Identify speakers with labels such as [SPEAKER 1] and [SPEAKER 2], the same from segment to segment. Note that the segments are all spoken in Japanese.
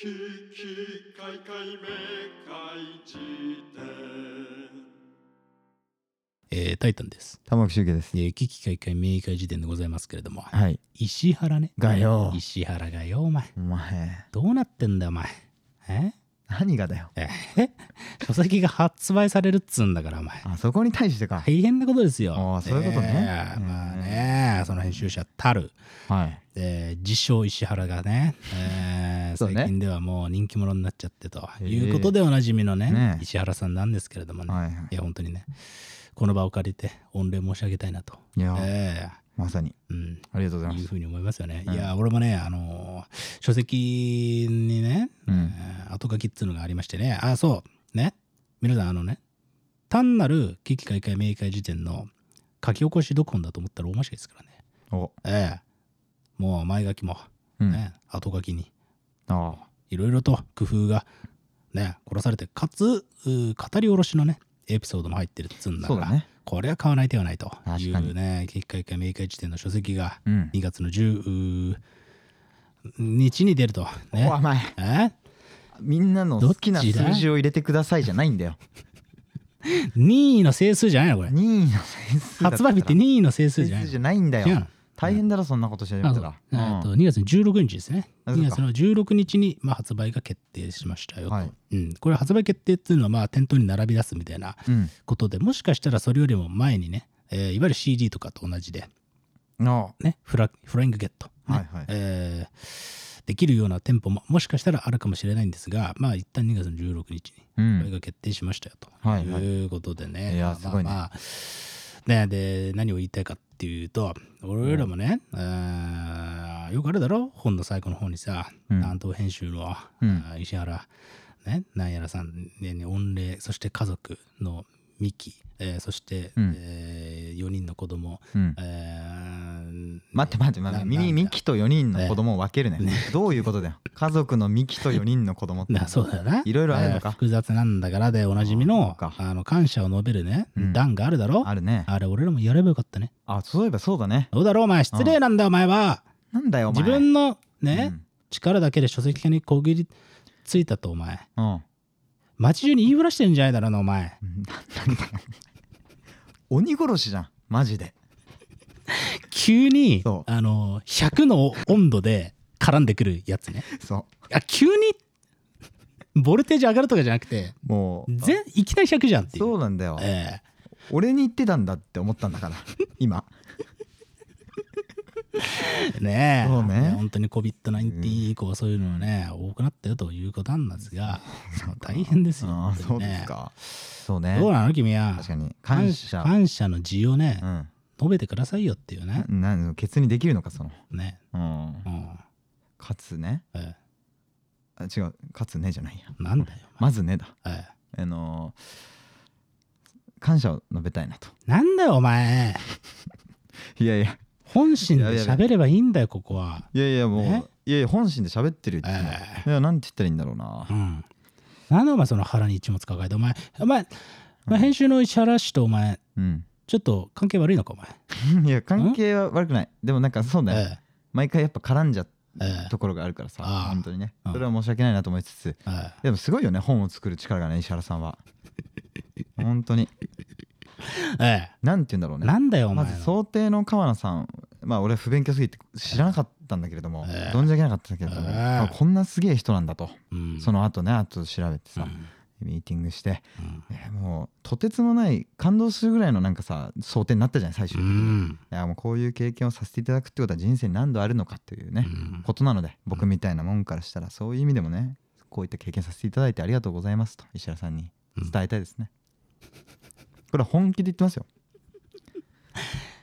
[SPEAKER 1] ききかいかいめかいじ
[SPEAKER 2] えータイタンです。
[SPEAKER 3] 玉木周家です
[SPEAKER 2] え。ー、危機開会明快時点でございますけれども、
[SPEAKER 3] はい。
[SPEAKER 2] 石原ね。
[SPEAKER 3] がよ
[SPEAKER 2] 石原がよ、お前。
[SPEAKER 3] お前、
[SPEAKER 2] どうなってんだよ、お前。え
[SPEAKER 3] 何がだよ。
[SPEAKER 2] え書籍が発売されるっつうんだから、お前。
[SPEAKER 3] あそこに対してか。
[SPEAKER 2] 大変なことですよ。
[SPEAKER 3] あーそういうことね
[SPEAKER 2] えまあね、その編集者たる、
[SPEAKER 3] はい。
[SPEAKER 2] えー自称石原がね、えー
[SPEAKER 3] そうね
[SPEAKER 2] 最近ではもう人気者になっちゃってと
[SPEAKER 3] え
[SPEAKER 2] いうことでおなじみのね、
[SPEAKER 3] ねえ
[SPEAKER 2] 石原さんなんですけれどもね、
[SPEAKER 3] はいはい
[SPEAKER 2] いや、本当にね、この場を借りて御礼申し上げたいなと。
[SPEAKER 3] いや、
[SPEAKER 2] えー
[SPEAKER 3] まさに。
[SPEAKER 2] うん、
[SPEAKER 3] ありがとうございま
[SPEAKER 2] いう
[SPEAKER 3] す。
[SPEAKER 2] ふうに思いますよね。いや、俺もね、あのー書籍にね、
[SPEAKER 3] うん。
[SPEAKER 2] えー後書きっつうのがありましてね、あ、そう、ね、皆さん、あのね、単なる危機開会明快時点の書き起こし読本だと思ったら大間違いですからね。
[SPEAKER 3] お、
[SPEAKER 2] ええもう前書きも、
[SPEAKER 3] うん。あ
[SPEAKER 2] ね、後書きに、
[SPEAKER 3] あ、
[SPEAKER 2] いろいろと工夫が、ね、殺されて、かつ、うー語り下ろしのね、エピソードも入ってるっつうんだか
[SPEAKER 3] そう
[SPEAKER 2] ら、
[SPEAKER 3] だね。
[SPEAKER 2] これは買わない手はないとい
[SPEAKER 3] 確か
[SPEAKER 2] う
[SPEAKER 3] に
[SPEAKER 2] ね、危機開会明快時点の書籍が、
[SPEAKER 3] うん。
[SPEAKER 2] 2月の10日に出ると。ね
[SPEAKER 3] お、前、
[SPEAKER 2] え
[SPEAKER 3] みんなの
[SPEAKER 2] どっ
[SPEAKER 3] 好
[SPEAKER 2] ち
[SPEAKER 3] きな数
[SPEAKER 2] だ
[SPEAKER 3] 字を入れてくださいじゃないんだよ。
[SPEAKER 2] 任意の整数じゃないのこれ。
[SPEAKER 3] 任意の整数だったら。
[SPEAKER 2] 発売日って任意の整数
[SPEAKER 3] 整
[SPEAKER 2] じゃない
[SPEAKER 3] 数
[SPEAKER 2] の
[SPEAKER 3] じゃないんだ
[SPEAKER 2] 違う
[SPEAKER 3] よ
[SPEAKER 2] の。
[SPEAKER 3] 大変だろ、そんなことし始め
[SPEAKER 2] あ
[SPEAKER 3] た
[SPEAKER 2] そう
[SPEAKER 3] ら。
[SPEAKER 2] え
[SPEAKER 3] うん
[SPEAKER 2] ーと2月の16日ですね。
[SPEAKER 3] あそう
[SPEAKER 2] 2
[SPEAKER 3] か
[SPEAKER 2] 月の16日に、まあ、発売が決定しましたよと、
[SPEAKER 3] はい
[SPEAKER 2] うん。これ発売決定っていうのは、まあ、店頭に並び出すみたいな
[SPEAKER 3] うん。
[SPEAKER 2] ことで、もしかしたらそれよりも前にね、えーいわゆる CD とかと同じで、
[SPEAKER 3] あ
[SPEAKER 2] ね、フラフライングゲット、
[SPEAKER 3] あ
[SPEAKER 2] ね
[SPEAKER 3] はいはい。
[SPEAKER 2] えーできるような店舗ももしかしたらあるかもしれないんですが、まあ、一旦2月の16日に
[SPEAKER 3] う
[SPEAKER 2] これ
[SPEAKER 3] ん。
[SPEAKER 2] が決定しましたよと、
[SPEAKER 3] はい
[SPEAKER 2] い
[SPEAKER 3] はいう
[SPEAKER 2] ことでね。
[SPEAKER 3] いや
[SPEAKER 2] まあ
[SPEAKER 3] すごいね
[SPEAKER 2] まあねで何を言いたいかっていうと俺らもね、あーよくあるだろ本の最後の方にさ、
[SPEAKER 3] うん
[SPEAKER 2] 担当編集の、
[SPEAKER 3] うん
[SPEAKER 2] あー石原、ね、なんやらさん、ねね、御礼そして家族のミキ、えーそして、
[SPEAKER 3] うん
[SPEAKER 2] え4人の子供、
[SPEAKER 3] うん
[SPEAKER 2] えー
[SPEAKER 3] 待って待って待って。
[SPEAKER 2] ななんだ
[SPEAKER 3] ミミキと4人の子供を分けるね。どういうことだよ。家族のミキと4人の子供って。
[SPEAKER 2] なそうだよな。
[SPEAKER 3] いろいろあるのか
[SPEAKER 2] えー複雑なんだからでおなじみの
[SPEAKER 3] あそうか
[SPEAKER 2] あの感謝を述べるね、
[SPEAKER 3] うん
[SPEAKER 2] 段があるだろ
[SPEAKER 3] あるね。
[SPEAKER 2] あれ俺らもやればよかったね。
[SPEAKER 3] あ、そういえばそうだね。
[SPEAKER 2] どうだろうお前失礼なんだお前は。
[SPEAKER 3] なんだよ、お前。
[SPEAKER 2] 自分の
[SPEAKER 3] う
[SPEAKER 2] ね、
[SPEAKER 3] ん
[SPEAKER 2] 力だけで書籍化にこぎりついたとお前。
[SPEAKER 3] うん。
[SPEAKER 2] 街中に言いふらしてんじゃないだろうなお 前。
[SPEAKER 3] うんなんだよ鬼殺しじゃんマジで
[SPEAKER 2] 急に
[SPEAKER 3] そ
[SPEAKER 2] あの100の温度で絡んでくるやつね。
[SPEAKER 3] そ
[SPEAKER 2] あ急にボルテージ上がるとかじゃなくて
[SPEAKER 3] うもう
[SPEAKER 2] 全いきなり100じゃんっていう。
[SPEAKER 3] そうなんだよ
[SPEAKER 2] ええ
[SPEAKER 3] 俺に言ってたんだって思ったんだから今
[SPEAKER 2] ねえ
[SPEAKER 3] そうね
[SPEAKER 2] 本当に COVID-19 以降そういうのはね、多くなったよということなんです が大変ですよ、
[SPEAKER 3] ああ
[SPEAKER 2] 本当
[SPEAKER 3] そう
[SPEAKER 2] に
[SPEAKER 3] です
[SPEAKER 2] ね
[SPEAKER 3] かそうね
[SPEAKER 2] どうなの君は
[SPEAKER 3] 確かに感謝
[SPEAKER 2] 感謝の字をね、
[SPEAKER 3] うん
[SPEAKER 2] 述べてくださいよっていうね、
[SPEAKER 3] ななんケツにできるのかその
[SPEAKER 2] ね、
[SPEAKER 3] うん
[SPEAKER 2] うん
[SPEAKER 3] 勝つね
[SPEAKER 2] え
[SPEAKER 3] あ違う勝つねじゃないや
[SPEAKER 2] えなんだよ、
[SPEAKER 3] まずねだ
[SPEAKER 2] お前え
[SPEAKER 3] あのー感謝を述べたいなと
[SPEAKER 2] えなんだよお前
[SPEAKER 3] いやいや
[SPEAKER 2] 本心で
[SPEAKER 3] やべやべ
[SPEAKER 2] 喋ればいいんだよここはい
[SPEAKER 3] やいやもういやいや本心で喋ってるいつも
[SPEAKER 2] え
[SPEAKER 3] いやなんて言ったらいいんだろうな
[SPEAKER 2] うんなんでお前その腹に一物抱えてお前お前、お前編集の石原氏とお前
[SPEAKER 3] うん
[SPEAKER 2] ちょっと関係悪いのかお前、
[SPEAKER 3] いや関係は悪くないでもなんかそうね、
[SPEAKER 2] え
[SPEAKER 3] 毎回やっぱ絡んじゃ
[SPEAKER 2] えええ
[SPEAKER 3] うところがあるからさ、
[SPEAKER 2] ああ
[SPEAKER 3] 本当にね
[SPEAKER 2] うん
[SPEAKER 3] それは申し訳ないなと思いつつ
[SPEAKER 2] え
[SPEAKER 3] でもすごいよね本を作る力がね石原さ んは本当に
[SPEAKER 2] ええ
[SPEAKER 3] なんて言うんだろう
[SPEAKER 2] え
[SPEAKER 3] ね
[SPEAKER 2] なんだよお
[SPEAKER 3] ま
[SPEAKER 2] 前
[SPEAKER 3] ず想定の川名さんまあ俺は不勉強すぎて知らなかったんだけれども、
[SPEAKER 2] ええ
[SPEAKER 3] どんじゃけなかったんだけれども、
[SPEAKER 2] ええ
[SPEAKER 3] まあこんなすげえ人なんだと、
[SPEAKER 2] うん、
[SPEAKER 3] その後ね後で調べて
[SPEAKER 2] う
[SPEAKER 3] さ、
[SPEAKER 2] ん
[SPEAKER 3] ミーティングして、
[SPEAKER 2] うん
[SPEAKER 3] えーもうとてつもない感動するぐらいのなんかさ想定になったじゃない最終
[SPEAKER 2] う
[SPEAKER 3] 的に、い
[SPEAKER 2] ん
[SPEAKER 3] やもうこういう経験をさせていただくってことは人生に何度あるのかというね、
[SPEAKER 2] うん
[SPEAKER 3] ことなので僕みたいなもんからしたらそういう意味でもねこういった経験させていただいてありがとうございますと石原さんに伝えたいですね、これは本気で言ってますよ、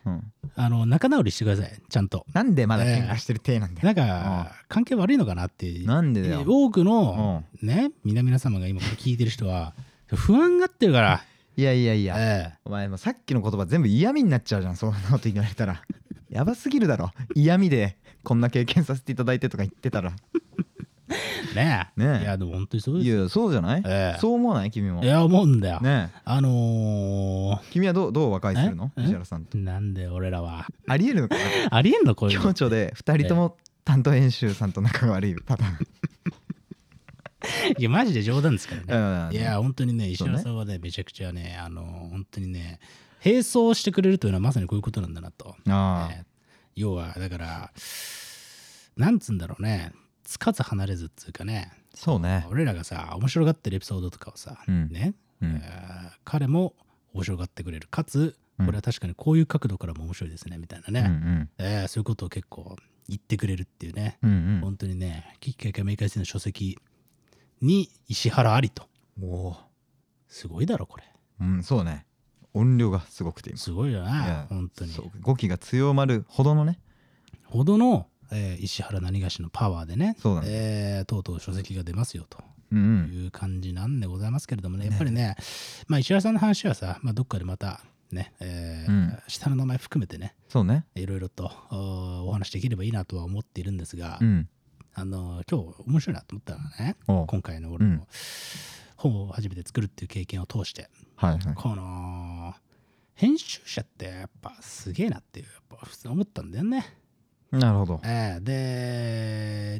[SPEAKER 3] うん、
[SPEAKER 2] あの仲直りしてくださいちゃんと
[SPEAKER 3] なんでまだ喧嘩してる体なんだよ、
[SPEAKER 2] なんか関係悪いのかなって
[SPEAKER 3] なんでだよ、
[SPEAKER 2] 多くの
[SPEAKER 3] うん、
[SPEAKER 2] ね皆々様が今これ聞いてる人は不安がってるから、
[SPEAKER 3] いやいやいや、
[SPEAKER 2] え
[SPEAKER 3] お前もうさっきの言葉全部嫌味になっちゃうじゃんそんなこと言われたら やばすぎるだろ嫌味でこんな経験させていただいてとか言ってたら
[SPEAKER 2] えねえ
[SPEAKER 3] ねえ
[SPEAKER 2] いやでも本当にそう
[SPEAKER 3] い
[SPEAKER 2] です
[SPEAKER 3] やそうじゃない、
[SPEAKER 2] ええ
[SPEAKER 3] そう思わない君も
[SPEAKER 2] いや思うんだよ、
[SPEAKER 3] ねえ
[SPEAKER 2] あの
[SPEAKER 3] 君はどうどう和解するの
[SPEAKER 2] え
[SPEAKER 3] 石原さんと
[SPEAKER 2] ー、なんで俺らは
[SPEAKER 3] ありえるのかな
[SPEAKER 2] あ りえんのこういう
[SPEAKER 3] 協
[SPEAKER 2] の
[SPEAKER 3] 調で2人とも担当編集さんと仲が悪いパターン
[SPEAKER 2] いや、マジで冗談ですからね。
[SPEAKER 3] うん
[SPEAKER 2] いや、本当にね、石
[SPEAKER 3] そうね
[SPEAKER 2] 原さんはね、めちゃくちゃね、あの、本当にね、並走してくれるというのはまさにこういうことなんだなと。
[SPEAKER 3] あ
[SPEAKER 2] ね要は、だから、なんつうんだろうね、つかず離れずっつうかね、
[SPEAKER 3] あそうね
[SPEAKER 2] 俺らがさ、面白がってるエピソードとかをさ、
[SPEAKER 3] うん
[SPEAKER 2] ね、
[SPEAKER 3] うん
[SPEAKER 2] えー彼も面白がってくれる。かつ、
[SPEAKER 3] うん
[SPEAKER 2] これは確かにこういう角度からも面白いですね、みたいな
[SPEAKER 3] うんう
[SPEAKER 2] ね、
[SPEAKER 3] ん
[SPEAKER 2] えーそういうことを結構言ってくれるっていうね、
[SPEAKER 3] うんうん
[SPEAKER 2] 本当にね、危機解決明快性の書籍に石原ありと。
[SPEAKER 3] お
[SPEAKER 2] すごいだろ、これ。
[SPEAKER 3] ーうんそうね音量がすごくて今
[SPEAKER 2] すごいよ
[SPEAKER 3] い
[SPEAKER 2] な、
[SPEAKER 3] や
[SPEAKER 2] 本当に。
[SPEAKER 3] そう語気が強まるほどのね
[SPEAKER 2] ほどの、えー石原何がしのパワーでね、
[SPEAKER 3] そうだね
[SPEAKER 2] えーとうとう書籍が出ますよと
[SPEAKER 3] うんうん
[SPEAKER 2] いう感じなんでございますけれどもね、やっぱりね、まあ、石原さんの話はさ、まあ、どっかでまた、ね、えー
[SPEAKER 3] うん
[SPEAKER 2] 下の名前含めてね、
[SPEAKER 3] そうね
[SPEAKER 2] いろいろとおお話できればいいなとは思っているんですが、
[SPEAKER 3] うん
[SPEAKER 2] あの今日面白いなと思ったのはね、
[SPEAKER 3] おう
[SPEAKER 2] 今回の俺
[SPEAKER 3] うん
[SPEAKER 2] の本を初めて作るっていう経験を通して、
[SPEAKER 3] はいはい
[SPEAKER 2] この編集者ってやっぱすげえなっていうやっぱ普通に思ったんだよね。
[SPEAKER 3] なるほど
[SPEAKER 2] ええ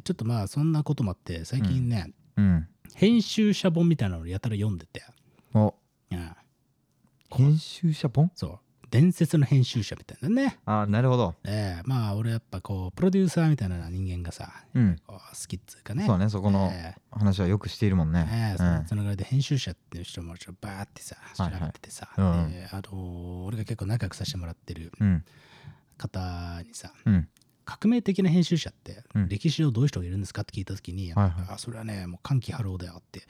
[SPEAKER 2] でちょっとまあそんなこともあって最近ね、
[SPEAKER 3] うん
[SPEAKER 2] 編集者本みたいなのをやたら読んでて、
[SPEAKER 3] お
[SPEAKER 2] うん、
[SPEAKER 3] 編集者本
[SPEAKER 2] そう伝説の編集者みたいなね、
[SPEAKER 3] ああなるほど
[SPEAKER 2] ええまあ俺やっぱこうプロデューサーみたいな人間がさ、
[SPEAKER 3] うん
[SPEAKER 2] こう好きっつうかね
[SPEAKER 3] そうねそこの
[SPEAKER 2] え
[SPEAKER 3] 話はよくしているもん
[SPEAKER 2] ええ
[SPEAKER 3] ね
[SPEAKER 2] え
[SPEAKER 3] う
[SPEAKER 2] その
[SPEAKER 3] ん
[SPEAKER 2] そのぐらいで編集者っていう人もちょっとバーってさ調
[SPEAKER 3] はいはい
[SPEAKER 2] べててさ、
[SPEAKER 3] うん
[SPEAKER 2] であのー俺が結構仲良くさせてもらってる
[SPEAKER 3] うん
[SPEAKER 2] 方にさ、
[SPEAKER 3] うん
[SPEAKER 2] 革命的な編集者って
[SPEAKER 3] うん
[SPEAKER 2] 歴史上どういう人がいるんですかって聞いた時に、
[SPEAKER 3] はいはい
[SPEAKER 2] あそれはねもう歓喜春夫だよって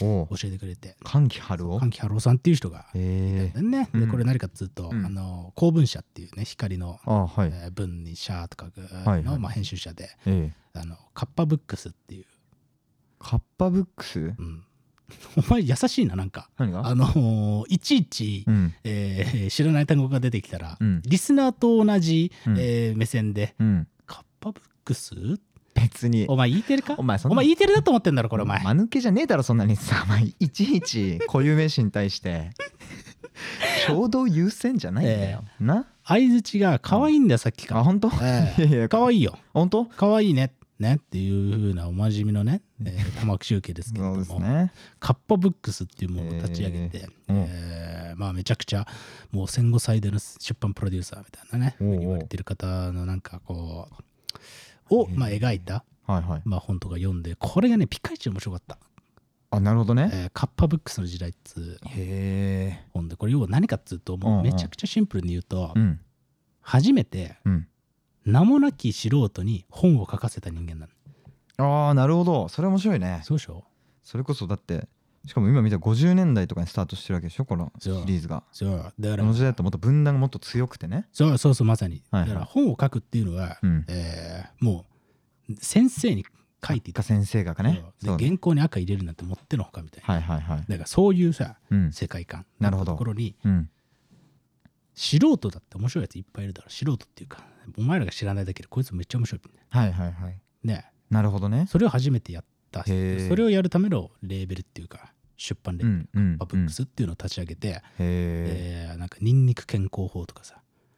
[SPEAKER 3] おう
[SPEAKER 2] 教えてくれて
[SPEAKER 3] 歓喜春を
[SPEAKER 2] 歓喜春夫さんっていう人がいたん
[SPEAKER 3] え
[SPEAKER 2] だよね、
[SPEAKER 3] えーう
[SPEAKER 2] で
[SPEAKER 3] ん
[SPEAKER 2] これ何かっつうと、
[SPEAKER 3] うん
[SPEAKER 2] あの公文社っていうね光の、
[SPEAKER 3] ああはい
[SPEAKER 2] えー文に「社」とかの、
[SPEAKER 3] いはい
[SPEAKER 2] まあ、編集者で
[SPEAKER 3] ええ
[SPEAKER 2] あのカッパブックスっていう、
[SPEAKER 3] カッパブックス
[SPEAKER 2] うん、 お前優しいななんか
[SPEAKER 3] 何が
[SPEAKER 2] あのいちいち、
[SPEAKER 3] うん
[SPEAKER 2] えー知らない単語が出てきたら、
[SPEAKER 3] うん
[SPEAKER 2] リスナーと同じ、
[SPEAKER 3] うん
[SPEAKER 2] えー目線で
[SPEAKER 3] うん
[SPEAKER 2] 「カッパブックス?」
[SPEAKER 3] 別に
[SPEAKER 2] お前 E テレか
[SPEAKER 3] お前そんな
[SPEAKER 2] お前 E テレだと思ってんだろこれお前
[SPEAKER 3] 間抜けじゃねえだろそんなにさお前いちいち固有名詞に対して 衝動優先じゃないんだよ、な
[SPEAKER 2] 相づちが可愛いんだよさっきか
[SPEAKER 3] あ本当、
[SPEAKER 2] え
[SPEAKER 3] いやいや
[SPEAKER 2] ら可愛いよ
[SPEAKER 3] 本当
[SPEAKER 2] 可愛いねねっていうふうなおまじみのね、えー、玉木周慶ですけれ
[SPEAKER 3] そうで
[SPEAKER 2] ど
[SPEAKER 3] す
[SPEAKER 2] も、
[SPEAKER 3] ね
[SPEAKER 2] カッパブックスっていうものを立ち上げて、え
[SPEAKER 3] えーうん
[SPEAKER 2] ーまあめちゃくちゃもう戦後最大の出版プロデューサーみたいなね
[SPEAKER 3] おうおう
[SPEAKER 2] 言われてる方のなんかこうを、まあ、描いた、
[SPEAKER 3] はいはい
[SPEAKER 2] まあ、本とか読んでこれがねピカイチ面白かった、
[SPEAKER 3] あなるほどね
[SPEAKER 2] えーカッパブックスの時代っつう
[SPEAKER 3] へえ
[SPEAKER 2] 本でこれ要は何かっつうと
[SPEAKER 3] うん
[SPEAKER 2] も
[SPEAKER 3] う
[SPEAKER 2] うんめちゃくちゃシンプルに言うと、
[SPEAKER 3] うん
[SPEAKER 2] 初めて
[SPEAKER 3] うん
[SPEAKER 2] 名もなき素人に本を書かせた人間なの。
[SPEAKER 3] ああなるほどそれ面白いね
[SPEAKER 2] そうでしょ
[SPEAKER 3] それこそだってしかも今見た50年代とかにスタートしてるわけでしょこのシ
[SPEAKER 2] そう
[SPEAKER 3] リーズが
[SPEAKER 2] そうだから
[SPEAKER 3] この時代だともっと分断がもっと強くてね
[SPEAKER 2] そうそうそうまさに、
[SPEAKER 3] はいはい
[SPEAKER 2] だから本を書くっていうのは、
[SPEAKER 3] うん
[SPEAKER 2] えーもう先生に書いてい
[SPEAKER 3] か先生がかね
[SPEAKER 2] そう
[SPEAKER 3] そう
[SPEAKER 2] で
[SPEAKER 3] ね
[SPEAKER 2] 原稿に赤入れるなんてもってのほかみたいな、
[SPEAKER 3] はいはいはい
[SPEAKER 2] だからそういうさ
[SPEAKER 3] うん
[SPEAKER 2] 世界観
[SPEAKER 3] なるほど
[SPEAKER 2] ところに
[SPEAKER 3] うん
[SPEAKER 2] 素人だって面白いやついっぱいいるだろ素人っていうかお前らが知らないだけでこいつめっちゃ面白いみたい
[SPEAKER 3] はいはいはい
[SPEAKER 2] なね
[SPEAKER 3] なるほどね
[SPEAKER 2] それを初めてやったそ
[SPEAKER 3] へー
[SPEAKER 2] れをやるためのレーベルっていうか出版レーベル、
[SPEAKER 3] うんうん
[SPEAKER 2] パブックスっていうのを立ち上げて、
[SPEAKER 3] うんへえ
[SPEAKER 2] えーなんかニンニク健康法とかさ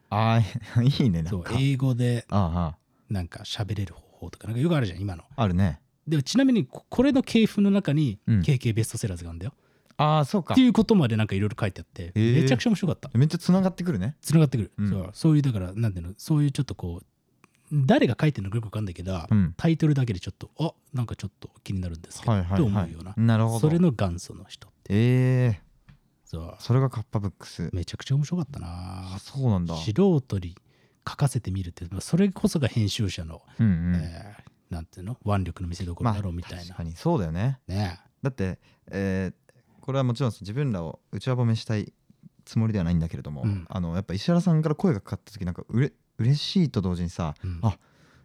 [SPEAKER 3] ああいいねな
[SPEAKER 2] そ
[SPEAKER 3] ん
[SPEAKER 2] う
[SPEAKER 3] か
[SPEAKER 2] 英語で
[SPEAKER 3] あ
[SPEAKER 2] なんか喋れる方法とかなんかよくあるじゃん今の
[SPEAKER 3] ああるね
[SPEAKER 2] でもちなみにここれの系譜の中に
[SPEAKER 3] うん
[SPEAKER 2] KK ベストセラーズがあるんだよ、
[SPEAKER 3] ああそうか
[SPEAKER 2] っていうことまでなんかいろいろ書いてあって
[SPEAKER 3] ー
[SPEAKER 2] めちゃくちゃ面白かった
[SPEAKER 3] めっちゃつながってくるね
[SPEAKER 2] つながってくる、
[SPEAKER 3] うん
[SPEAKER 2] そうそういうだからなんていうのそういうちょっとこう誰が書いてるのかよくわかんないけど、
[SPEAKER 3] うん
[SPEAKER 2] タイトルだけでちょっとあなんかちょっと気になるんですけど、
[SPEAKER 3] はいはい
[SPEAKER 2] って思
[SPEAKER 3] は
[SPEAKER 2] うようない
[SPEAKER 3] なるほ
[SPEAKER 2] それ
[SPEAKER 3] ど
[SPEAKER 2] の元祖の人
[SPEAKER 3] ええ
[SPEAKER 2] そう
[SPEAKER 3] それがカッパブックス
[SPEAKER 2] めちゃくちゃ面白かったな
[SPEAKER 3] あそうなんだ
[SPEAKER 2] 素人に書かせてみるってまあそれこそが編集者の、
[SPEAKER 3] うんうん
[SPEAKER 2] えーなんていうの腕力の見せ所だろうみたい
[SPEAKER 3] 確
[SPEAKER 2] な、
[SPEAKER 3] かにそうだよね
[SPEAKER 2] ね
[SPEAKER 3] だってえーこれはもちろん自分らを内輪褒めしたいつもりではないんだけれども
[SPEAKER 2] うん
[SPEAKER 3] あのやっぱ石原さんから声がかかった時なんかうれ嬉しいと同時にさ
[SPEAKER 2] うん
[SPEAKER 3] あ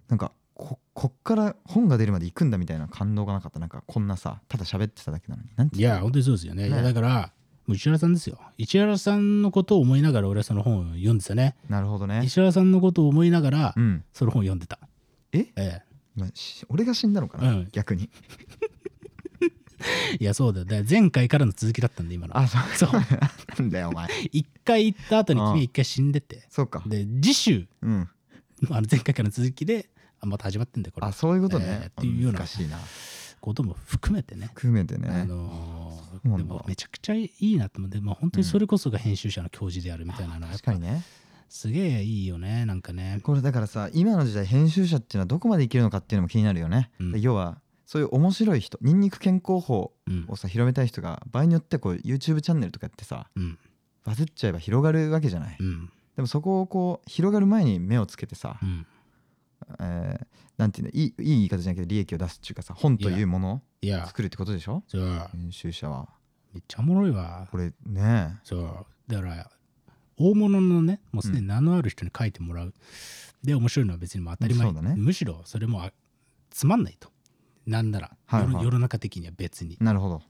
[SPEAKER 3] なんかここっから本が出るまで行くんだみたいな感動がなかったなんかこんなさただ喋ってただけなのになんて
[SPEAKER 2] いや本当にそうですよね
[SPEAKER 3] ね
[SPEAKER 2] いやだからもう石原さんですよ石原さんのことを思いながら俺はその本を読んでたね
[SPEAKER 3] なるほどね
[SPEAKER 2] 石原さんのことを思いながら
[SPEAKER 3] うん
[SPEAKER 2] その本を読んでた、
[SPEAKER 3] え
[SPEAKER 2] え
[SPEAKER 3] まし俺が死んだのかな、
[SPEAKER 2] うん
[SPEAKER 3] 逆に
[SPEAKER 2] えいやそうだよだから前回からの続きだったんで今のそ
[SPEAKER 3] そう
[SPEAKER 2] う
[SPEAKER 3] なんだ よお前
[SPEAKER 2] 一回行った後に
[SPEAKER 3] うん
[SPEAKER 2] 君一回死んでて
[SPEAKER 3] そうか
[SPEAKER 2] で次週
[SPEAKER 3] うん
[SPEAKER 2] あの前回からの続きであまた始まってんだよこれ
[SPEAKER 3] あそういうことね、
[SPEAKER 2] えーっていうような
[SPEAKER 3] 難しいな
[SPEAKER 2] ことも含めてね、
[SPEAKER 3] 含めてね、
[SPEAKER 2] あの
[SPEAKER 3] うなん
[SPEAKER 2] で
[SPEAKER 3] だ
[SPEAKER 2] もめちゃくちゃいいなと思って、まあ、本当にそれこそが編集者の教授であるみたいなのはやっ
[SPEAKER 3] 確
[SPEAKER 2] ぱ
[SPEAKER 3] かにね
[SPEAKER 2] すげえいいよねなんかね
[SPEAKER 3] これだからさ今の時代編集者っていうのはどこまでいけるのかっていうのも気になるよね、
[SPEAKER 2] うん
[SPEAKER 3] で要はそういう面白い人ニンニク健康法
[SPEAKER 2] うん
[SPEAKER 3] をさ広めたい人が場合によってこう YouTube チャンネルとかやってさ
[SPEAKER 2] うん
[SPEAKER 3] バズっちゃえば広がるわけじゃない、
[SPEAKER 2] うん
[SPEAKER 3] でもそこをこう広がる前に目をつけてさ、
[SPEAKER 2] うん
[SPEAKER 3] えーなんていうのいいいい言い方じゃなくて利益を出すっていうかさ本というもの
[SPEAKER 2] い
[SPEAKER 3] を
[SPEAKER 2] や
[SPEAKER 3] 作るってことでしょ
[SPEAKER 2] そう
[SPEAKER 3] 編集者は
[SPEAKER 2] めっちゃおもろいわ
[SPEAKER 3] これね
[SPEAKER 2] そうだから大物のねもうすでに名のある人に書いてもらう、で面白いのは別にもう当たり前、
[SPEAKER 3] そうだね
[SPEAKER 2] むしろそれもあつまんないとなんなら、
[SPEAKER 3] はいはい
[SPEAKER 2] 世の世の中的には別に
[SPEAKER 3] なるほ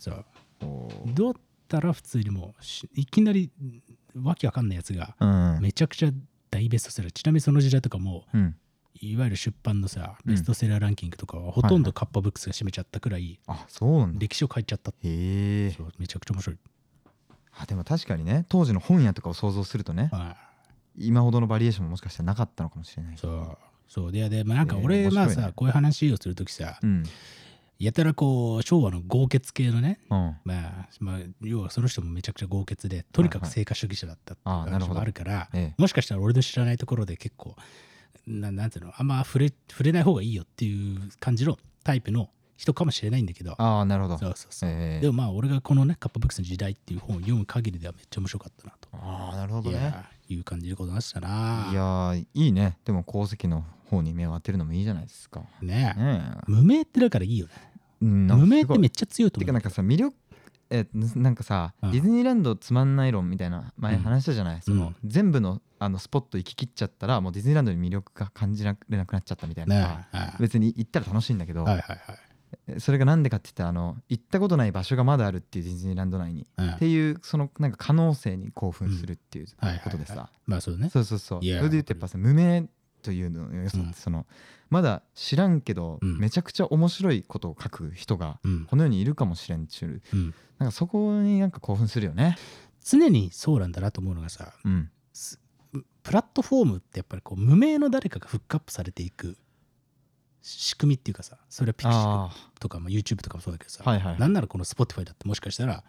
[SPEAKER 2] そう
[SPEAKER 3] どおー
[SPEAKER 2] どうやったら普通にもうしいきなりわけわかんないやつが
[SPEAKER 3] うん
[SPEAKER 2] めちゃくちゃ大ベストセラーちなみにその時代とかもう
[SPEAKER 3] うん
[SPEAKER 2] いわゆる出版のさ
[SPEAKER 3] うん
[SPEAKER 2] ベストセラーランキングとかはほとんどカッパブックスが占めちゃったくらい
[SPEAKER 3] あそうなんだ
[SPEAKER 2] 歴史を変えちゃったって
[SPEAKER 3] へえ
[SPEAKER 2] そうめちゃくちゃ面白い、
[SPEAKER 3] あでも確かにね当時の本屋とかを想像するとね
[SPEAKER 2] はい
[SPEAKER 3] 今ほどのバリエーションももしかしたらなかったのかもしれない
[SPEAKER 2] そうそうでで、まあ、なんか
[SPEAKER 3] えー
[SPEAKER 2] 俺、
[SPEAKER 3] 面
[SPEAKER 2] ま
[SPEAKER 3] 白い
[SPEAKER 2] あ
[SPEAKER 3] ね
[SPEAKER 2] さこういう話をするときさ、
[SPEAKER 3] うん
[SPEAKER 2] やたらこう昭和の豪傑系のね
[SPEAKER 3] うんあ
[SPEAKER 2] まあ、まあ、要はその人もめちゃくちゃ豪傑でとにか
[SPEAKER 3] は
[SPEAKER 2] く
[SPEAKER 3] いはい
[SPEAKER 2] 成果主義者だったっていう
[SPEAKER 3] あーなる
[SPEAKER 2] 話
[SPEAKER 3] ほど
[SPEAKER 2] もあるから
[SPEAKER 3] え
[SPEAKER 2] もしかしたら俺の知らないところで結構ななんていうのあんま触れ触れない方がいいよっていう感じのタイプの人かもしれないんだけど
[SPEAKER 3] ああなるほど
[SPEAKER 2] そうそうそう、
[SPEAKER 3] ええ
[SPEAKER 2] でもまあ俺がこのねカッパブックスの時代っていう本を読む限りではめっちゃ面白かったなと
[SPEAKER 3] ああなるほど
[SPEAKER 2] い
[SPEAKER 3] ね
[SPEAKER 2] やいう感じでございましたない
[SPEAKER 3] やーいいねでも功績の方に目を当てるのもいいじゃないですか
[SPEAKER 2] ねえ
[SPEAKER 3] ねえ
[SPEAKER 2] 無名ってだからいいよね
[SPEAKER 3] うんなんか
[SPEAKER 2] 無名
[SPEAKER 3] すごい
[SPEAKER 2] ってめっちゃ強いと
[SPEAKER 3] て
[SPEAKER 2] 思う
[SPEAKER 3] かなんかさ魅力えなんかさ、
[SPEAKER 2] うん
[SPEAKER 3] ディズニーランドつまんない論みたいな前
[SPEAKER 2] うん
[SPEAKER 3] 話したじゃない、その全部のあのスポット行き切っちゃったらもうディズニーランドに魅力が感じられなくなっちゃったみたいなさ、
[SPEAKER 2] ねえはい
[SPEAKER 3] 別に行ったら楽しいんだけど、
[SPEAKER 2] はいはいはい
[SPEAKER 3] それがなんでかって言ったらあの行ったことない場所がまだあるっていうディズニーランド内に、
[SPEAKER 2] うん
[SPEAKER 3] っていうそのなんか可能性に興奮するっていう
[SPEAKER 2] はいはいはい
[SPEAKER 3] ことでさ、
[SPEAKER 2] まあそうね
[SPEAKER 3] そうそうそうそ
[SPEAKER 2] いや
[SPEAKER 3] れで言ってやっぱさ無名というのの良さっ
[SPEAKER 2] うん
[SPEAKER 3] てその、まだ知らんけど、
[SPEAKER 2] うん
[SPEAKER 3] めちゃくちゃ面白いことを書く人が
[SPEAKER 2] うん
[SPEAKER 3] この世にいるかもしれんちゅ
[SPEAKER 2] う
[SPEAKER 3] う
[SPEAKER 2] ん
[SPEAKER 3] なんかそこになんか興奮するよね。
[SPEAKER 2] 常にそうなんだなと思うのがさ
[SPEAKER 3] うん。
[SPEAKER 2] すプラットフォームってやっぱりこう無名の誰かがフックアップされていく仕組みっていうかさそれはピクシ
[SPEAKER 3] あ
[SPEAKER 2] ブとかまあ YouTube とかもそうだけどさ、
[SPEAKER 3] はいはいはい
[SPEAKER 2] なんならこの Spotify だってもしかしたら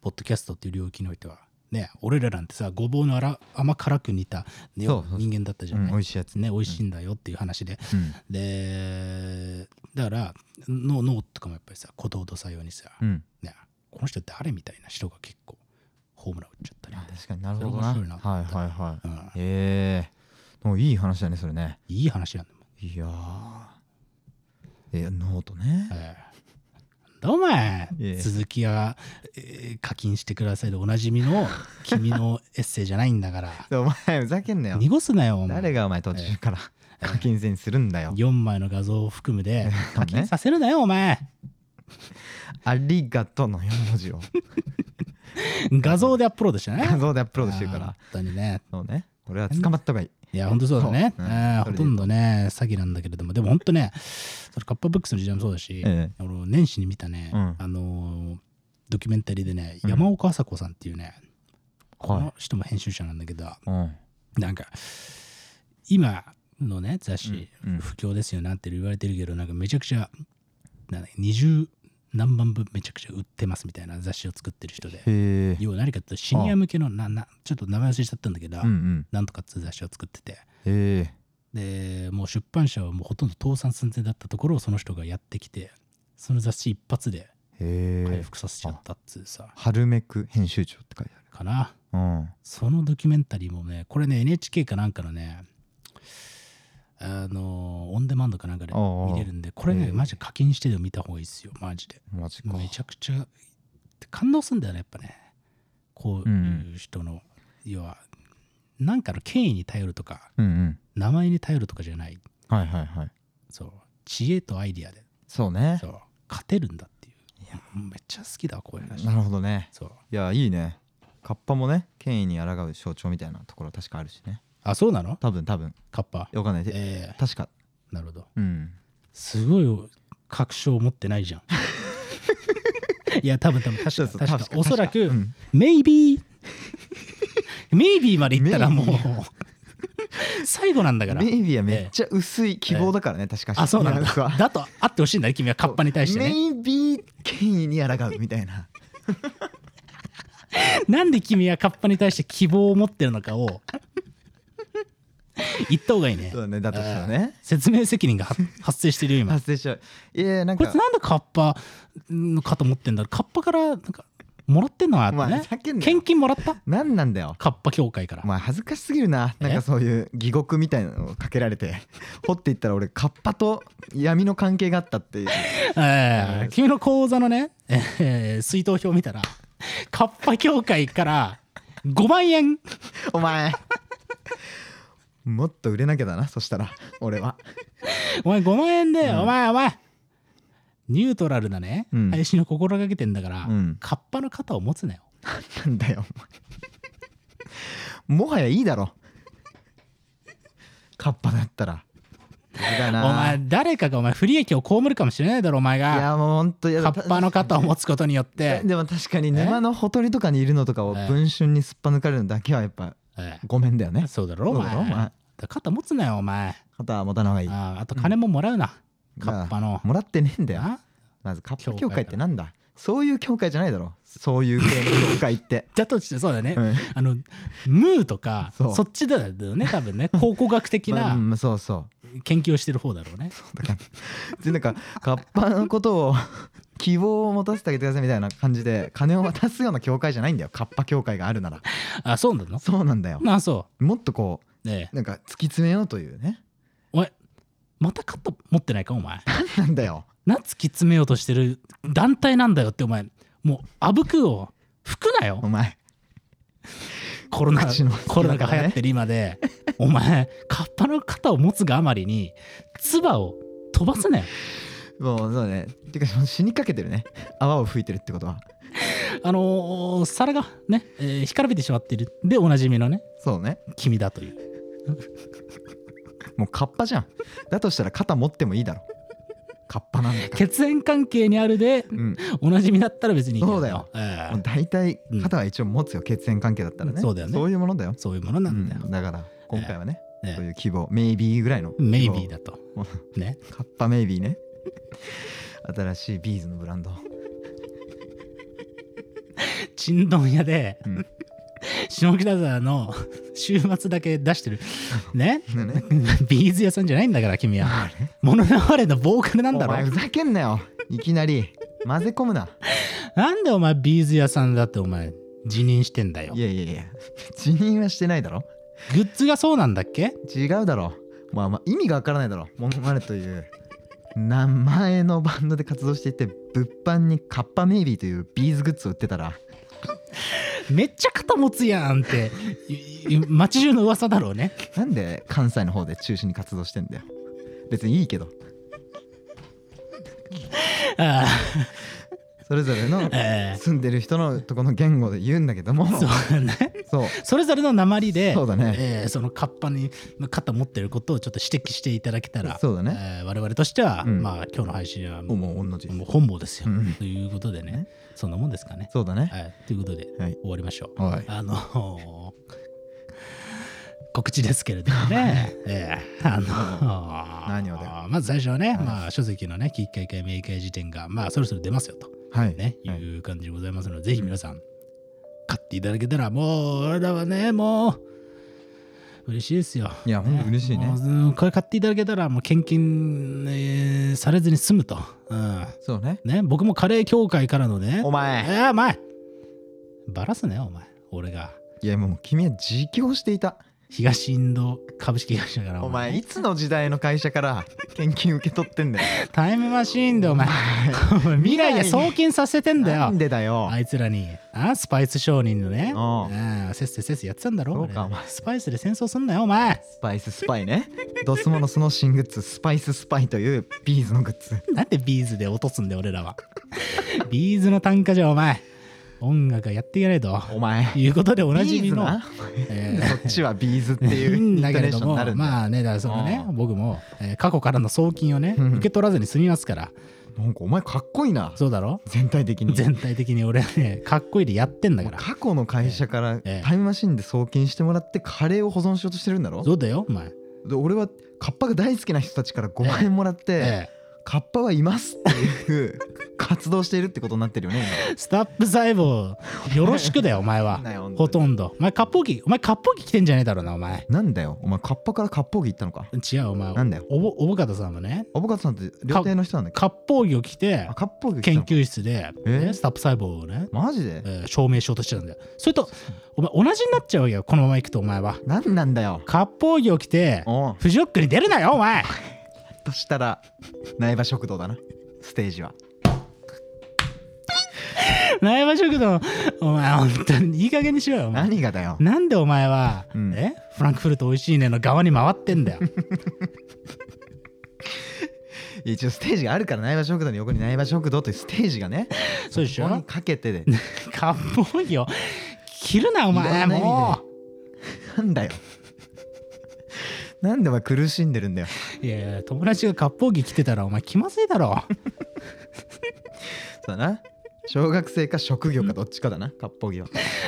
[SPEAKER 2] ポッドキャストっていう領域においてはね俺らなんてさごぼうのあら甘辛く煮た、ね、
[SPEAKER 3] そうそうそう
[SPEAKER 2] 人間だったじ
[SPEAKER 3] あ、う
[SPEAKER 2] ゃない、
[SPEAKER 3] ん、美味しいやつね。
[SPEAKER 2] ね美味しいんだよっていう話で、
[SPEAKER 3] うん。
[SPEAKER 2] でだからの脳とかもやっぱりさ鼓動と作用にさ、
[SPEAKER 3] うん。
[SPEAKER 2] ね、この人誰みたいな人が結構ホームラン打っちゃったりみ
[SPEAKER 3] あ
[SPEAKER 2] たいな
[SPEAKER 3] 確かになるほどな。
[SPEAKER 2] それ面白いなと
[SPEAKER 3] は
[SPEAKER 2] 思
[SPEAKER 3] い
[SPEAKER 2] った
[SPEAKER 3] はいは
[SPEAKER 2] う
[SPEAKER 3] い。
[SPEAKER 2] ん
[SPEAKER 3] ええもういい話だねそれね。
[SPEAKER 2] いい話なんだもん
[SPEAKER 3] いやー。えー、ノートね。
[SPEAKER 2] ええどうも
[SPEAKER 3] ええ
[SPEAKER 2] 鈴木が、えー課金してくださいでおなじみの君のエッセイじゃないんだ から
[SPEAKER 3] でお前ふざけんなよ。
[SPEAKER 2] 濁すなよお前
[SPEAKER 3] 誰がお前途中から課金制にするんだよ。
[SPEAKER 2] 4枚の画像を含むで課金
[SPEAKER 3] ね
[SPEAKER 2] させるなよお 前
[SPEAKER 3] ありがとうの4文字を
[SPEAKER 2] 画像でアップロードしてね
[SPEAKER 3] 画像でアップロードしてるか
[SPEAKER 2] あー本
[SPEAKER 3] ら。
[SPEAKER 2] 当にね
[SPEAKER 3] そうね。俺は捕まった方がいい。
[SPEAKER 2] いや本当そうだね
[SPEAKER 3] そううん
[SPEAKER 2] ええ
[SPEAKER 3] そ
[SPEAKER 2] ほ
[SPEAKER 3] れで
[SPEAKER 2] とんどね詐欺なんだけれどもでも本当ねそれカッパブックスの時代もそうだし、
[SPEAKER 3] え
[SPEAKER 2] 俺年始に見たね、
[SPEAKER 3] うん
[SPEAKER 2] あのードキュメンタリーでね
[SPEAKER 3] うん
[SPEAKER 2] 山岡麻子さんっていうね、こ
[SPEAKER 3] はい
[SPEAKER 2] の人も編集者なんだけど、
[SPEAKER 3] え。うん。
[SPEAKER 2] なんか今のね雑誌、
[SPEAKER 3] うんうん
[SPEAKER 2] 不況ですよなんて言われてるけどなんかめちゃくちゃなんだ20何万部めちゃくちゃ売ってますみたいな雑誌を作ってる人で
[SPEAKER 3] へえ。
[SPEAKER 2] 要は何かっていうとシニア向けのななちょっと名前忘れちゃったんだけど、
[SPEAKER 3] うんうん。
[SPEAKER 2] なんとかっつう雑誌を作ってて
[SPEAKER 3] へえ。
[SPEAKER 2] でもう出版社はもうほとんど倒産寸前だったところをその人がやってきてその雑誌一発で
[SPEAKER 3] へ
[SPEAKER 2] 回
[SPEAKER 3] え。
[SPEAKER 2] 復させちゃったっつうさ、
[SPEAKER 3] 春めく編集長って書いて
[SPEAKER 2] かな
[SPEAKER 3] ある。うん。
[SPEAKER 2] そのドキュメンタリーもねこれね NHK かなんかのねあのオンデマンドかなんかで
[SPEAKER 3] おうおう
[SPEAKER 2] 見れるんでこれね、
[SPEAKER 3] ええ
[SPEAKER 2] マジで課金してでも見た方がいいですよマジで
[SPEAKER 3] マジか。
[SPEAKER 2] めちゃくちゃ感動するんだよねやっぱねこういう人の、要はなんかの権威に頼るとか
[SPEAKER 3] うんうん。
[SPEAKER 2] 名前に頼るとかじゃない
[SPEAKER 3] はいはいはい。
[SPEAKER 2] そう知恵とアイディアで
[SPEAKER 3] そうね
[SPEAKER 2] そ。う勝てるんだっていういやめっちゃ好きだわこういう話
[SPEAKER 3] なるほどね。
[SPEAKER 2] そう
[SPEAKER 3] いや、いいね。カッパもね、権威に抗う象徴みたいなところ確かあるしね。
[SPEAKER 2] あそうなの
[SPEAKER 3] 多分多分。
[SPEAKER 2] カッパ
[SPEAKER 3] わかんない。で
[SPEAKER 2] え
[SPEAKER 3] 確か。
[SPEAKER 2] えなるほど
[SPEAKER 3] うん。
[SPEAKER 2] すごい確証持ってない じゃん。いや多分多分確
[SPEAKER 3] そう
[SPEAKER 2] か
[SPEAKER 3] そう
[SPEAKER 2] 確かおそらく
[SPEAKER 3] 確かうん
[SPEAKER 2] 「maybe」「maybe」までいったらもう
[SPEAKER 3] Maybe
[SPEAKER 2] 最後なんだから
[SPEAKER 3] メイビーはめっちゃ薄い希望だからね、確かに。
[SPEAKER 2] あそうなん
[SPEAKER 3] ニャラク
[SPEAKER 2] だ
[SPEAKER 3] は
[SPEAKER 2] だとあってほしいんだね君はカッパに対して
[SPEAKER 3] メ
[SPEAKER 2] ね
[SPEAKER 3] イビー権威に抗うみたいな。
[SPEAKER 2] なんで君はカッパに対して希望を持ってるのかを言った方がいいね
[SPEAKER 3] そうだね、だとしたらね。
[SPEAKER 2] 説明責任がは発生してるよ今
[SPEAKER 3] 発生しちゃう。いやいや、なん
[SPEAKER 2] こい
[SPEAKER 3] か
[SPEAKER 2] つ、なんでカッパんかと思ってんだろうカッパからなんかもらってんのは
[SPEAKER 3] お前
[SPEAKER 2] ね
[SPEAKER 3] ふざけんなよ
[SPEAKER 2] 献金もらった
[SPEAKER 3] なんなんだよ。
[SPEAKER 2] カッパ協会から
[SPEAKER 3] お前恥ずかしすぎるな。なん
[SPEAKER 2] え
[SPEAKER 3] かそういう疑獄みたいなのをかけられて、 掘っていったら俺、カッパと闇の関係があったっていう。
[SPEAKER 2] えー、君の口座のね、えー、水筒表見たらカッパ協会から5万円
[SPEAKER 3] お前、もっと売れなきゃだな、そしたら、俺は。
[SPEAKER 2] お前5万円で、
[SPEAKER 3] うん
[SPEAKER 2] お前お前ニュートラルなね、
[SPEAKER 3] うん
[SPEAKER 2] 配信を心がけてんだから、
[SPEAKER 3] うん
[SPEAKER 2] カッパの肩を持つなよ
[SPEAKER 3] なんだよ、お前。もはやいいだろ。カッパだったら。嫌だ
[SPEAKER 2] お
[SPEAKER 3] な。
[SPEAKER 2] 前誰かがお前不利益を被るかもしれないだろお前
[SPEAKER 3] い
[SPEAKER 2] が
[SPEAKER 3] や、もうほんと嫌
[SPEAKER 2] カ
[SPEAKER 3] だ。
[SPEAKER 2] ッパの肩を持つことによって、
[SPEAKER 3] でも確かに沼のほとりとかにいるのとかを
[SPEAKER 2] え
[SPEAKER 3] 文春にすっぱ抜かれるのだけはやっぱ
[SPEAKER 2] え
[SPEAKER 3] ごめんだよね
[SPEAKER 2] え。そうだろお
[SPEAKER 3] そう
[SPEAKER 2] 前
[SPEAKER 3] だろお前
[SPEAKER 2] だから肩持つなよお前
[SPEAKER 3] 肩は持たない方がいい。
[SPEAKER 2] あああと金ももらうな、カッパの
[SPEAKER 3] もらってねえんだよ。
[SPEAKER 2] な
[SPEAKER 3] まずカッ
[SPEAKER 2] 教
[SPEAKER 3] パ
[SPEAKER 2] 会
[SPEAKER 3] 協会ってなんだそういう協会じゃないだろ。そういう系の協会って。
[SPEAKER 2] だとしてそうだね、
[SPEAKER 3] うん
[SPEAKER 2] あのムーとか
[SPEAKER 3] そ
[SPEAKER 2] そうっちだよね多分ね 考古学的
[SPEAKER 3] まあ
[SPEAKER 2] な
[SPEAKER 3] うんそうそう。
[SPEAKER 2] 研究をしてる方だろうね
[SPEAKER 3] だからでなんかカッパのことを 希望を持たせてあげてくださいみたいな感じで金を渡すような教会じゃないんだよカッパ教会があるなら
[SPEAKER 2] あそうなの
[SPEAKER 3] そうなんだよ
[SPEAKER 2] ああそ
[SPEAKER 3] もっとこ
[SPEAKER 2] うね
[SPEAKER 3] うなんか突き詰めようというね
[SPEAKER 2] えおいまた肩持ってないかお前
[SPEAKER 3] なんだよ
[SPEAKER 2] 何突き詰めようとしてる団体なんだよってお前もうあぶくを吹くなよ
[SPEAKER 3] お前
[SPEAKER 2] コロナ
[SPEAKER 3] 口の
[SPEAKER 2] コロナが流行ってる今でお前カッパの肩を持つがあまりに唾を飛ばすなよ
[SPEAKER 3] もうそうねてかもう死にかけてるね泡を吹いてるってことは
[SPEAKER 2] あのー皿がね、えー干からびてしまっているでおなじみのね
[SPEAKER 3] そうね
[SPEAKER 2] 君だという
[SPEAKER 3] もうカッパじゃんだとしたら肩持ってもいいだろカッパなんだから
[SPEAKER 2] 血縁関係にあるで
[SPEAKER 3] うん、
[SPEAKER 2] おなじみだったら別にいいけど
[SPEAKER 3] そうだよ
[SPEAKER 2] ええ
[SPEAKER 3] もう大体肩は一応持つよ、血縁関係だったらね
[SPEAKER 2] そうだよね
[SPEAKER 3] そういうものだよ
[SPEAKER 2] そういうものなんだよ
[SPEAKER 3] う、んだから今回はね、
[SPEAKER 2] ええ
[SPEAKER 3] そういう希望メイビーぐらいの
[SPEAKER 2] メイビーだと
[SPEAKER 3] も
[SPEAKER 2] ね
[SPEAKER 3] カッパメイビーね新しいビーズのブランド
[SPEAKER 2] ちんどん屋で、
[SPEAKER 3] うん
[SPEAKER 2] 下北沢の 週末だけ出してるね
[SPEAKER 3] ねね
[SPEAKER 2] ビーズ屋さんじゃないんだから君は物流れのボーカルなんだ
[SPEAKER 3] お前
[SPEAKER 2] ろ
[SPEAKER 3] ふざけんなよいきなり混ぜ込むな
[SPEAKER 2] なんでお前ビーズ屋さんだってお前辞任してんだよ
[SPEAKER 3] いやいやいや辞任はしてないだろ
[SPEAKER 2] グッズがそうなんだっけ
[SPEAKER 3] 違うだろまあまあ意味がわからないだろモノマネという名前のバンドで活動していて物販にカッパメイビーというビーズグッズを売ってたら
[SPEAKER 2] めっちゃ肩持つやんっていい街中の噂だろうね
[SPEAKER 3] なんで関西の方で中心に活動してんだよ別にいいけど
[SPEAKER 2] あ
[SPEAKER 3] それぞれ の
[SPEAKER 2] あえ
[SPEAKER 3] 住んでる人のとこの言語で言うんだけども
[SPEAKER 2] えそうだね
[SPEAKER 3] そう
[SPEAKER 2] それぞれの鉛で
[SPEAKER 3] そうだね
[SPEAKER 2] ええそのカッパに肩持ってることをちょっと指摘していただけたら
[SPEAKER 3] そうだね
[SPEAKER 2] ええ我々としては、
[SPEAKER 3] うん
[SPEAKER 2] まあ今日の配信はもう
[SPEAKER 3] もう同じ
[SPEAKER 2] もう本望ですよ、
[SPEAKER 3] うん
[SPEAKER 2] ということでね
[SPEAKER 3] ね
[SPEAKER 2] そんなもんですかね、
[SPEAKER 3] そうだね
[SPEAKER 2] はい、ということで、
[SPEAKER 3] はい
[SPEAKER 2] 終わりましょう
[SPEAKER 3] はい
[SPEAKER 2] あの告知ですけれどもね、ええあの
[SPEAKER 3] 何をだよ
[SPEAKER 2] まず最初はね、
[SPEAKER 3] はい
[SPEAKER 2] まあ、書籍のね「きっかけ明快辞典が」まあ、そろそろ出ますよと、
[SPEAKER 3] はい
[SPEAKER 2] ねい、
[SPEAKER 3] はいう
[SPEAKER 2] 感じでございますので、ぜひ皆さん買っていただけたらもう俺らはねもう嬉しいですよ。
[SPEAKER 3] いやほんと嬉しいね
[SPEAKER 2] もううんこれ買っていただけたらもう献金、えーされずに済むと、うん
[SPEAKER 3] そうね
[SPEAKER 2] ね、僕もカレー協会からのね
[SPEAKER 3] お
[SPEAKER 2] え
[SPEAKER 3] 前
[SPEAKER 2] ー、お前バラすねお前俺が
[SPEAKER 3] いやもう君は自供していた
[SPEAKER 2] 東インド株式会社から
[SPEAKER 3] お前いつの時代の会社から献金受け取ってんだよ
[SPEAKER 2] タイムマシーンでお前お前未来で送金させてんだ
[SPEAKER 3] な
[SPEAKER 2] よ
[SPEAKER 3] んでだよ
[SPEAKER 2] あいつらにあスパイス商人のね
[SPEAKER 3] おう
[SPEAKER 2] ああせっせせっせやってたんだろ
[SPEAKER 3] そうか
[SPEAKER 2] あれ
[SPEAKER 3] お前
[SPEAKER 2] スパイスで戦争すんなよお前
[SPEAKER 3] スパイススパイねドスモのその新グッズスパイススパイというビーズのグッズ
[SPEAKER 2] なんでビーズで落とすんだよ俺らは ビーズの単価じゃお前音楽はやっていかないと
[SPEAKER 3] お前
[SPEAKER 2] いうことでおなじ
[SPEAKER 3] ビー
[SPEAKER 2] み
[SPEAKER 3] ズ
[SPEAKER 2] の
[SPEAKER 3] な
[SPEAKER 2] え
[SPEAKER 3] そっちはビーズって
[SPEAKER 2] い
[SPEAKER 3] いう
[SPEAKER 2] い
[SPEAKER 3] イ
[SPEAKER 2] ん
[SPEAKER 3] ン
[SPEAKER 2] だ
[SPEAKER 3] タ
[SPEAKER 2] けれ
[SPEAKER 3] レーシ
[SPEAKER 2] ど
[SPEAKER 3] ョンに
[SPEAKER 2] も
[SPEAKER 3] なるんだよ
[SPEAKER 2] まあねだからそのね
[SPEAKER 3] うん
[SPEAKER 2] 僕も、えー過去からの送金をね
[SPEAKER 3] うん
[SPEAKER 2] 受け取らずに済みますから、
[SPEAKER 3] なんかお前かっこいいな
[SPEAKER 2] そうだろ
[SPEAKER 3] 全体的に
[SPEAKER 2] 全体的に俺はねかっこいいでやってんだ
[SPEAKER 3] もう
[SPEAKER 2] から
[SPEAKER 3] 過去の会社から
[SPEAKER 2] ええ
[SPEAKER 3] タイムマシンで送金してもらってカレーを保存しようとしてるんだろ
[SPEAKER 2] そうだよお前
[SPEAKER 3] で俺はカッパが大好きな人たちから5万円もらって
[SPEAKER 2] え
[SPEAKER 3] カッパはいますっていう 活動しているってことになってるよね
[SPEAKER 2] えスタップ細胞よろしく だよお前
[SPEAKER 3] 今
[SPEAKER 2] は
[SPEAKER 3] なんだよ本当に
[SPEAKER 2] ほとんどお前割烹着お前割烹着着てんじゃねえだろうなお前
[SPEAKER 3] なんだよお前カッパから割烹着行ったのか
[SPEAKER 2] 違うお前
[SPEAKER 3] なんだよ
[SPEAKER 2] おぼおぼかたさんもね
[SPEAKER 3] おぼかつさんって料亭の人なんだっけ
[SPEAKER 2] 割烹着を着て
[SPEAKER 3] あ割烹着行った
[SPEAKER 2] 研
[SPEAKER 3] の
[SPEAKER 2] 究室で、
[SPEAKER 3] えー
[SPEAKER 2] ねスタップ細胞をね、
[SPEAKER 3] マジで
[SPEAKER 2] えー証明しようとしてたんだよそれとお前同じになっちゃうわけよこのまま行くとお前は
[SPEAKER 3] なんなんだよ
[SPEAKER 2] 割烹着を着て
[SPEAKER 3] おう
[SPEAKER 2] フジロックに出るなよお 前
[SPEAKER 3] としたら苗場食堂だなステージは
[SPEAKER 2] 苗場食堂お前本当にいい加減にしろよお前
[SPEAKER 3] 何がだよ
[SPEAKER 2] なんでお前は、
[SPEAKER 3] うん
[SPEAKER 2] えフランクフルト美味しいねの側に回ってんだよ
[SPEAKER 3] 一応ステージがあるから苗場食堂の横に苗場食堂というステージがね
[SPEAKER 2] そうでし
[SPEAKER 3] ここに
[SPEAKER 2] ょ
[SPEAKER 3] かけてで
[SPEAKER 2] 割烹着を着るなお
[SPEAKER 3] いろ
[SPEAKER 2] 前
[SPEAKER 3] んな意味で
[SPEAKER 2] も
[SPEAKER 3] なんだよ。なんでお前苦しんでるんだよ。
[SPEAKER 2] ういやいや友達が割烹着着てたらお前気まずいだろ
[SPEAKER 3] そうだな。小学生か職業かどっちかだな、割烹着は。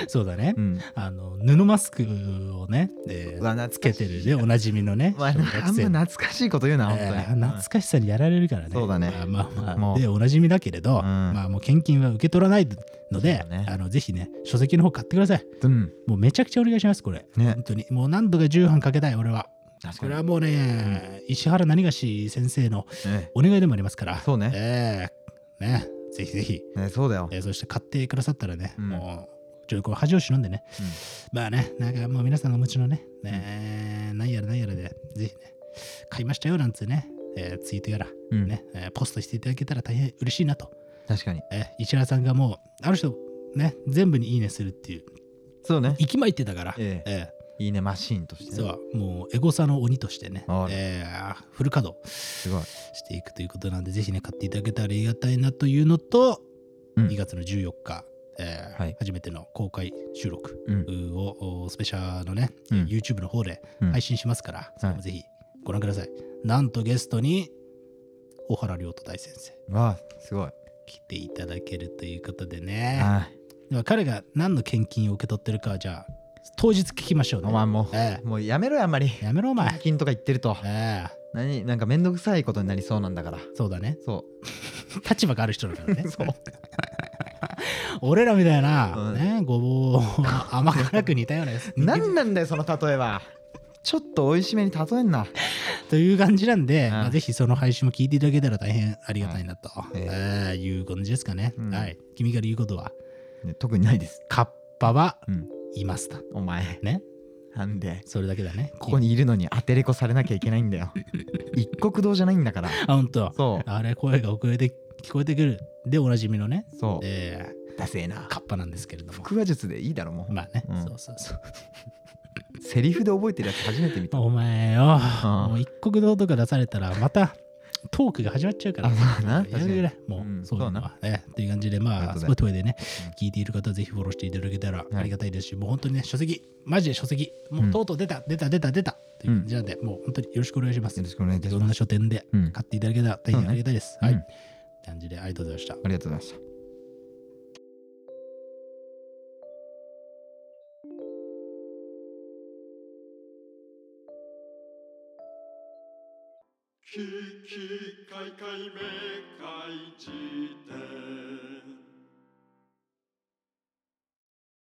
[SPEAKER 2] そうだね、
[SPEAKER 3] うん。
[SPEAKER 2] あの布マスクをね、えー
[SPEAKER 3] うわ懐かしい
[SPEAKER 2] つけてるねおなじみのね
[SPEAKER 3] まあ、あ
[SPEAKER 2] 小
[SPEAKER 3] んま
[SPEAKER 2] 学生
[SPEAKER 3] 懐かしいこと言うな、本当に。
[SPEAKER 2] えー懐かしさにやられるからね。
[SPEAKER 3] そうだね
[SPEAKER 2] まあまあま
[SPEAKER 3] も
[SPEAKER 2] あ。
[SPEAKER 3] う
[SPEAKER 2] で、おなじみだけれど、
[SPEAKER 3] ん
[SPEAKER 2] まあもう献金は受け取らないので
[SPEAKER 3] そう、だね
[SPEAKER 2] あのぜひね、書籍の方買ってください。
[SPEAKER 3] うん。
[SPEAKER 2] もうめちゃくちゃお願いします、これ。
[SPEAKER 3] ね
[SPEAKER 2] 本当に。もう何度か重版かけたい、俺は。
[SPEAKER 3] 確
[SPEAKER 2] これはもうね、石原何がし先生の
[SPEAKER 3] え
[SPEAKER 2] お願いでもありますから。
[SPEAKER 3] そうね
[SPEAKER 2] ええね、ぜひぜひ。
[SPEAKER 3] えねそうだよ。
[SPEAKER 2] えーそして買ってくださったらね、
[SPEAKER 3] うん
[SPEAKER 2] もうちょいこう恥を忍んでね、
[SPEAKER 3] うん
[SPEAKER 2] まあねなんかもう皆さんのお持ちのね、ねなんやらなんやらでぜひね買いましたよなんてね、えーツイートやら、
[SPEAKER 3] うん、
[SPEAKER 2] ねえーポストしていただけたら大変嬉しいなと、
[SPEAKER 3] 確かに。
[SPEAKER 2] えー石原さんがもうある人ね全部にいいねするっていう
[SPEAKER 3] そうね。
[SPEAKER 2] 息巻いてたから、
[SPEAKER 3] え
[SPEAKER 2] え
[SPEAKER 3] いいね、マシーンとして、
[SPEAKER 2] ー
[SPEAKER 3] ね。
[SPEAKER 2] そうもうエゴサの鬼としてね
[SPEAKER 3] あ、ら
[SPEAKER 2] えーフル稼働
[SPEAKER 3] すごい。
[SPEAKER 2] していくということなんでぜひね買っていただけたらありがたいなというのと、
[SPEAKER 3] うん
[SPEAKER 2] 2月の14日、えー
[SPEAKER 3] はい
[SPEAKER 2] 初めての公開収録
[SPEAKER 3] うん。
[SPEAKER 2] を、おスペシャルのね、
[SPEAKER 3] うん
[SPEAKER 2] YouTube の方で
[SPEAKER 3] うん
[SPEAKER 2] 配信しますから、それもぜひご覧ください、なんとゲストに小原亮太大先生
[SPEAKER 3] わあ、すごい。
[SPEAKER 2] 来ていただけるということでね
[SPEAKER 3] はい。
[SPEAKER 2] では彼が何の献金を受け取ってるかはじゃあ当日聞きましょうね
[SPEAKER 3] お前もう、
[SPEAKER 2] え
[SPEAKER 3] もうやめろよ、あんまり。
[SPEAKER 2] えやめろお
[SPEAKER 3] 金
[SPEAKER 2] 前
[SPEAKER 3] 金とか言ってると。
[SPEAKER 2] ええ
[SPEAKER 3] 何なんかめんどくさいことになりそうなんだから。
[SPEAKER 2] そうだね
[SPEAKER 3] そ
[SPEAKER 2] 立場がある人だからね
[SPEAKER 3] う。そう。
[SPEAKER 2] 俺らみたいな、
[SPEAKER 3] うん
[SPEAKER 2] ねごぼうは甘辛く似たようなやつ
[SPEAKER 3] 何なんだよ、その例えは。ちょっとおいしめに例えんな。
[SPEAKER 2] という感じなんで、
[SPEAKER 3] うん
[SPEAKER 2] まあ、ぜひその配信も聞いていただけたら大変ありがたいなと、
[SPEAKER 3] い
[SPEAKER 2] えーいう感じですかね、
[SPEAKER 3] うん
[SPEAKER 2] はい君から言うことは
[SPEAKER 3] ね特にないです。
[SPEAKER 2] カッパは
[SPEAKER 3] うん
[SPEAKER 2] いますと
[SPEAKER 3] お前。
[SPEAKER 2] ね
[SPEAKER 3] なんで
[SPEAKER 2] それだけだね
[SPEAKER 3] ここにいるのに当てれこされなきゃいけないんだよ。一国堂じゃないんだから。
[SPEAKER 2] あ本当
[SPEAKER 3] そ
[SPEAKER 2] あれ声が遅れて聞こえてくるでおなじみのね、
[SPEAKER 3] う。そ
[SPEAKER 2] え
[SPEAKER 3] う。だせえな
[SPEAKER 2] ー、。カッパなんですけれども
[SPEAKER 3] 腹話術でいいだろもう。
[SPEAKER 2] まあね、
[SPEAKER 3] うん
[SPEAKER 2] そうそうそう
[SPEAKER 3] セリフで覚えてるやつ初めて見た。
[SPEAKER 2] お前よ、
[SPEAKER 3] ん
[SPEAKER 2] もう一国堂とか出されたらまたトークが始まっちゃうから
[SPEAKER 3] あまあな
[SPEAKER 2] やめてくれ
[SPEAKER 3] 確
[SPEAKER 2] もう、
[SPEAKER 3] うん
[SPEAKER 2] そういうのはねっていう感じでまあ
[SPEAKER 3] ありがとう
[SPEAKER 2] Spotify でね
[SPEAKER 3] うん
[SPEAKER 2] 聞いている方はぜひフォローしていただけたら
[SPEAKER 3] い
[SPEAKER 2] ありがたいですし、もう本当にね書籍マジで書籍もううんとうとう出た、出た出た出たという感じなんで、もう本当によろしくお願いします
[SPEAKER 3] よろしくお願いいたし
[SPEAKER 2] ろん
[SPEAKER 3] ま
[SPEAKER 2] な
[SPEAKER 3] す。
[SPEAKER 2] 書店で
[SPEAKER 3] うん
[SPEAKER 2] 買っていただけたら大変ありがたいです、
[SPEAKER 3] うん
[SPEAKER 2] はい、
[SPEAKER 3] うん
[SPEAKER 2] 感じでありがとうございました
[SPEAKER 3] ありがとうございました。
[SPEAKER 1] ききかいかいめかいじ典